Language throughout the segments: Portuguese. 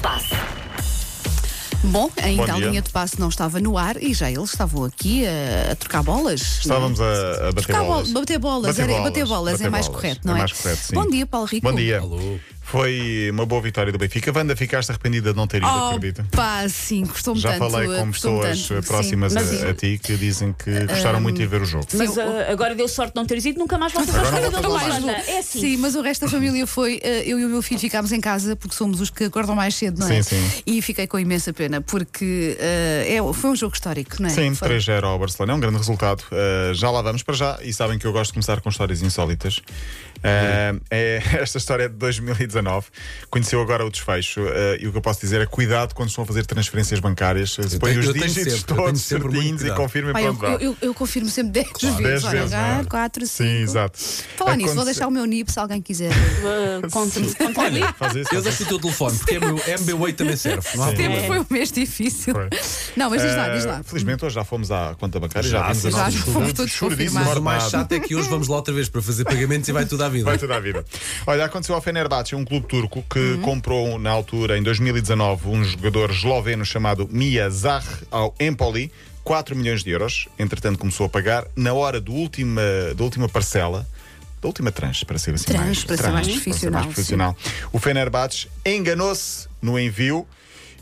passe. Bom, ainda Bom a dia. linha de passe não estava no ar e já eles estavam aqui a, a trocar bolas. Estávamos não é? a, a bater Trocar bolas. bol- bater bolas, era- bater bolas, é mais correto, não é? É mais correto, sim. Bom dia, Paulo Rico. Bom dia. Alô. Foi uma boa vitória do Benfica. Wanda, ficaste arrependida de não ter Oh, ido, acredita? Pá, sim, gostou-me Já Oh, tanto. falei eh, com custou-me pessoas tanto, sim. próximas Mas- a, a ti que dizem que gostaram muito de ir ver o jogo. Mas Sim, ah, o- agora deu sorte de não teres ido, nunca mais voltas ao Agora uh, não estádio da voltas mais. Luanda. É assim. Sim, mas o resto da família foi. eh, Eu e o meu filho ficámos em casa porque somos os que acordam mais cedo, não é? Sim, sim. E fiquei com imensa pena porque eh, é- foi um jogo histórico, não é? Sim, Foi. 3-0 ao Barcelona, é um grande resultado. Uh, já lá vamos para já, e sabem que eu gosto de começar com histórias insólitas. Uh, é, esta história é de 2019, conheceu agora o desfecho, uh, e o que eu posso dizer é cuidado quando estão a fazer transferências bancárias, se põem tenho- os eu tenho dígitos sempre, eu tenho todos sempre muito certinhos e cuidado. confirmem Pá, para eu, onde vá. eu- eu- eu confirmo sempre 10 vezes. Dez Olha, vezes, não é? 4, 5. Sim, exato. Falar nisso, vou Aconte- deixar um- o meu NIP se alguém quiser. Ah, contra- contra mim. Faz isso, faz Eu isso. deixo o teu telefone, porque é MB8 também serve. Não há Setembro problema. foi um mês difícil. É. Foi. Não, mas diz lá, diz lá. Uh, felizmente hoje já fomos à conta bancária, já, Já, vimos a já, nossa já descoberta. fomos todos Choradíssimo, confirmados. Mas o mais ordenado. chato é que hoje vamos lá outra vez para fazer pagamentos e vai tudo à vida. Vai toda a vida. Olha, aconteceu ao Fenerbahçe, um clube turco que Uhum. comprou na altura, em 2019, um jogador esloveno chamado Mia Zah ao Empoli. 4 milhões de euros, entretanto começou a pagar na hora do última, da última parcela, da última tranche, para ser assim Tranche, mais, para ser mais tranche, profissional, profissional. O Fenerbahçe enganou-se no envio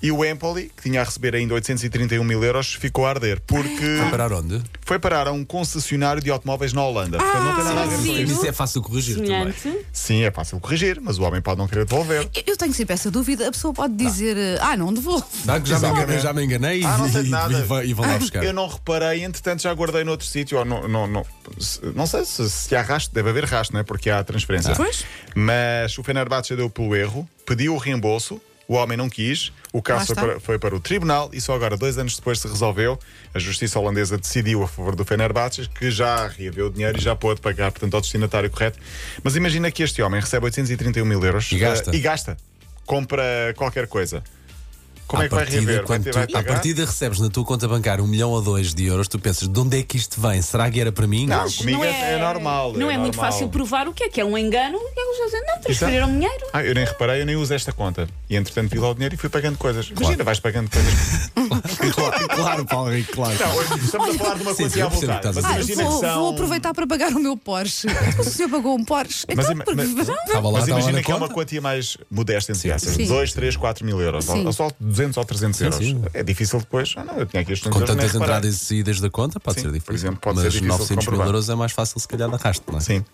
e o Empoli, que tinha a receber ainda 831 mil euros, ficou a arder, porque Vai parar onde? foi parar a um concessionário de automóveis na Holanda. Ah, Portanto, não tem nada a ver com sim. isso. Isso é fácil corrigir também. Semelhante. Sim, é fácil corrigir, mas o homem pode não querer devolver. Eu- Eu tenho sempre essa dúvida. A pessoa Tá. pode dizer, eh, ah, não devolvo. Dá que já me Exato. enganei, já me enganei e- Ah, não sei e, de nada. e vai- e vão lá buscar. Eu não reparei, entretanto já guardei noutro sítio. ou Não, não, não, se- não sei se, se há rastro, deve haver rastro, não é? Porque há Ah. transferência. Pois. Mas o Fenerbahçe deu pelo erro, pediu o reembolso, o homem não quis, o Lá caso foi está. para, foi para o tribunal e só agora, dois anos depois, se resolveu. A justiça holandesa decidiu a favor do Fenerbahçe, que já reaveu o dinheiro e já pôde pagar, portanto, ao destinatário correto. Mas imagina que este homem recebe 831 mil euros E gasta. eh, e gasta. Compra qualquer coisa. Como À é que vai partida, reaver? Vai quando ter- tu- vai à pagar? partida recebes na tua conta bancária um milhão ou dois de euros, tu pensas, de onde é que isto vem? Será que era para mim? Não, Mas comigo Não é, é normal. Não é, muito normal. fácil provar o que é que é um engano. Eles dizem, não, transferiram Exato. dinheiro. Ah, eu nem reparei, eu nem uso esta conta. E entretanto vi lá o dinheiro e fui pagando coisas. Imagina, vais pagando coisas. claro, claro, Paulo Rico, claro. Não, hoje estamos a falar de uma Sim, coisa sim, eu à percebo o que vontade. estás a Mas dizer. Ah, imagina que vou, são. vou aproveitar para pagar o meu Porsche. Mas o senhor pagou um Porsche. Mas Então, ima- porque- mas- Estava lá, Mas estava lá imagina na que é uma conta. quantia mais modesta, entre aspas. Sim. 2, 3, 4 mil euros. Sim. Ou, ou só 200 ou 300 euros. sim. É difícil depois. Ah, não, eu tinha aqui estes Com euros, nem tantas reparei. entradas e saídas da conta, pode Sim, ser por difícil. exemplo, pode mas ser difícil de 900 mil comprovar. euros é mais fácil, se calhar, de arrasto, não é? Sim.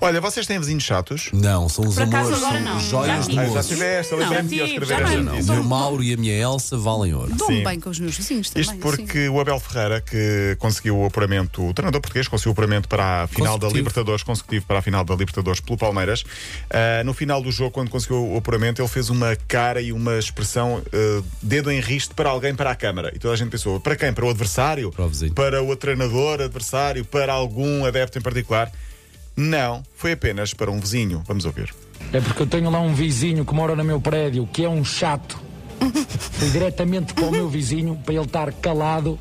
Olha, vocês têm vizinhos chatos? Não, são os Por acaso amores, agora são não. os joias Já do Ah, tive. já moço. tiveste, eu Não, lembrei-me de eu tive, escrever já esta não. notícia. O meu Mauro e a minha Elsa valem ouro. Dou-me Sim. bem com os meus vizinhos também. Isto porque sim. o Abel Ferreira, que conseguiu o apuramento, o treinador português conseguiu o apuramento para a final da Consecutivo. Libertadores, consecutivo para a final da Libertadores pelo Palmeiras. Ah, no final do jogo, quando conseguiu o apuramento, ele fez uma cara e uma expressão ah, dedo em risto para alguém para a câmara. E toda a gente pensou: para quem? Para o adversário? Para o vizinho. para o treinador adversário? Para algum adepto em particular? Não, foi apenas para um vizinho. Vamos ouvir. É porque eu tenho lá um vizinho que mora no meu prédio, que é um chato. Fui diretamente para o meu vizinho para ele estar calado,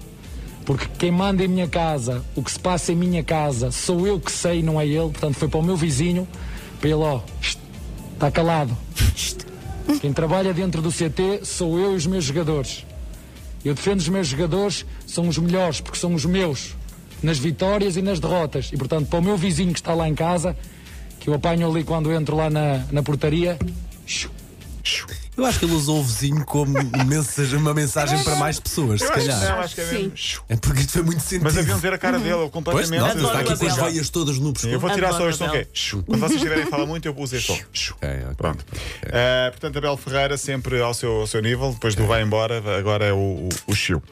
porque quem manda em minha casa, o que se passa em minha casa, sou eu que sei, não é ele. Portanto, foi para o meu vizinho para ele, ó, está calado. Quem trabalha dentro do CT sou eu e os meus jogadores. Eu defendo os meus jogadores, são os melhores, porque são os meus, nas vitórias e nas derrotas. E portanto, para o meu vizinho que está lá em casa, que eu apanho ali quando entro lá na, na portaria, Eu acho que ele usou o vizinho como mensagem- uma mensagem para mais pessoas, se calhar. acho que é mesmo. É porque isto foi muito sentido. Mas um haviam de ver a cara dele, ele completamente. Pois, nossa, Adoro está aqui com as Abel. veias todas no Eu vou pescoço. tirar Adoro só este som que Abel. é. shoo. Quando vocês estiverem a falar muito, eu uso este som. Shoo. Ok, ok. Pronto. Uh, portanto, Abel Ferreira sempre ao seu, ao seu nível, depois do vai embora, agora é o, o, o Chiu.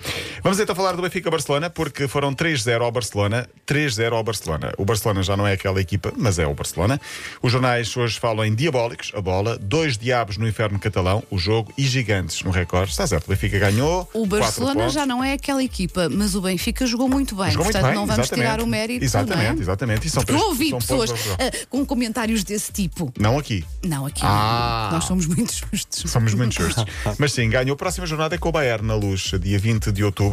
Vamos então falar do Benfica Barcelona, porque foram 3-0 ao Barcelona, 3-0 ao Barcelona. O Barcelona já não é aquela equipa, mas é o Barcelona. Os jornais hoje falam em diabólicos, a bola, dois diabos no inferno catalão, o jogo, e gigantes no recorde. Está certo, o Benfica ganhou. O quatro Barcelona pontos. já não é aquela equipa, mas o Benfica jogou muito bem. Jogou muito portanto, bem, não vamos exatamente. tirar o mérito. Exatamente, não é? exatamente. E são Porque eu três- ouvi são pessoas pontos para jogar. ah, com comentários desse tipo. Não aqui. Não, aqui. Ah. Nós somos muito justos. Somos muito justos. Mas sim, ganhou a próxima jornada é com o Bayern na luz, dia 20 de outubro.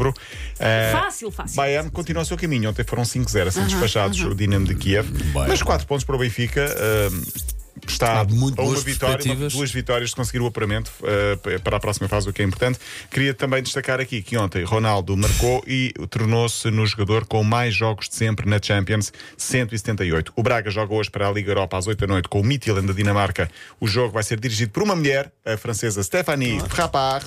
Eh, Fácil, fácil. Bayern continua o seu caminho. assim Ontem foram 5-0 a ser despachados o Dinamo de Kiev. Mas 4 pontos para o Benfica. eh, está Há muito a uma boas vitória, uma, perspectivas. duas vitórias de conseguir o apuramento eh, p- para a próxima fase, o que é importante. Queria também destacar aqui que ontem Ronaldo marcou e tornou-se no jogador com mais jogos de sempre na Champions, 178. O Braga joga hoje para a Liga Europa às 8 da noite com o Midtjylland da Dinamarca. O jogo vai ser dirigido por uma mulher, a francesa Stéphanie Ah. Frappard.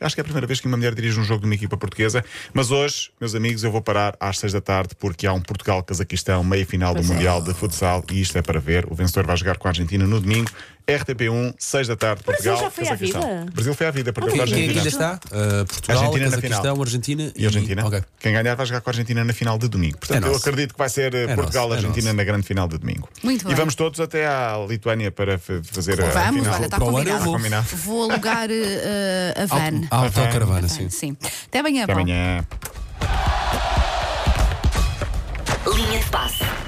Acho que é a primeira vez que uma mulher dirige um jogo de uma equipa portuguesa. Mas hoje, meus amigos, eu vou parar às 6 da tarde porque há um Portugal-Cazaquistão, meia-final é. do Mundial de Futsal e isto é para ver. O vencedor vai jogar com a Argentina no domingo. RTP1, 6 um, da tarde, Brasil Portugal. já foi à Cazaquistão. vida? Brasil foi à vida, perdeu Ah, para a sim, Quem é que ainda Argentina. está? Uh, Portugal, Argentina na final. Cazaquistão, Argentina E a Argentina? Ok. Quem ganhar vai jogar com a Argentina na final de domingo. Portanto, É eu nosso. acredito que vai ser É nosso, é Portugal-Argentina nosso. na grande final de domingo. Muito e bem. vamos todos até à Lituânia para f- fazer a Vamos, final. olha, tá está Para o ano combinado. eu vou. Combinado. Vou alugar eh, a van. Auto- Autocaravana, sim. Sim. Até amanhã, Até Paulo. amanhã. Linha de passe.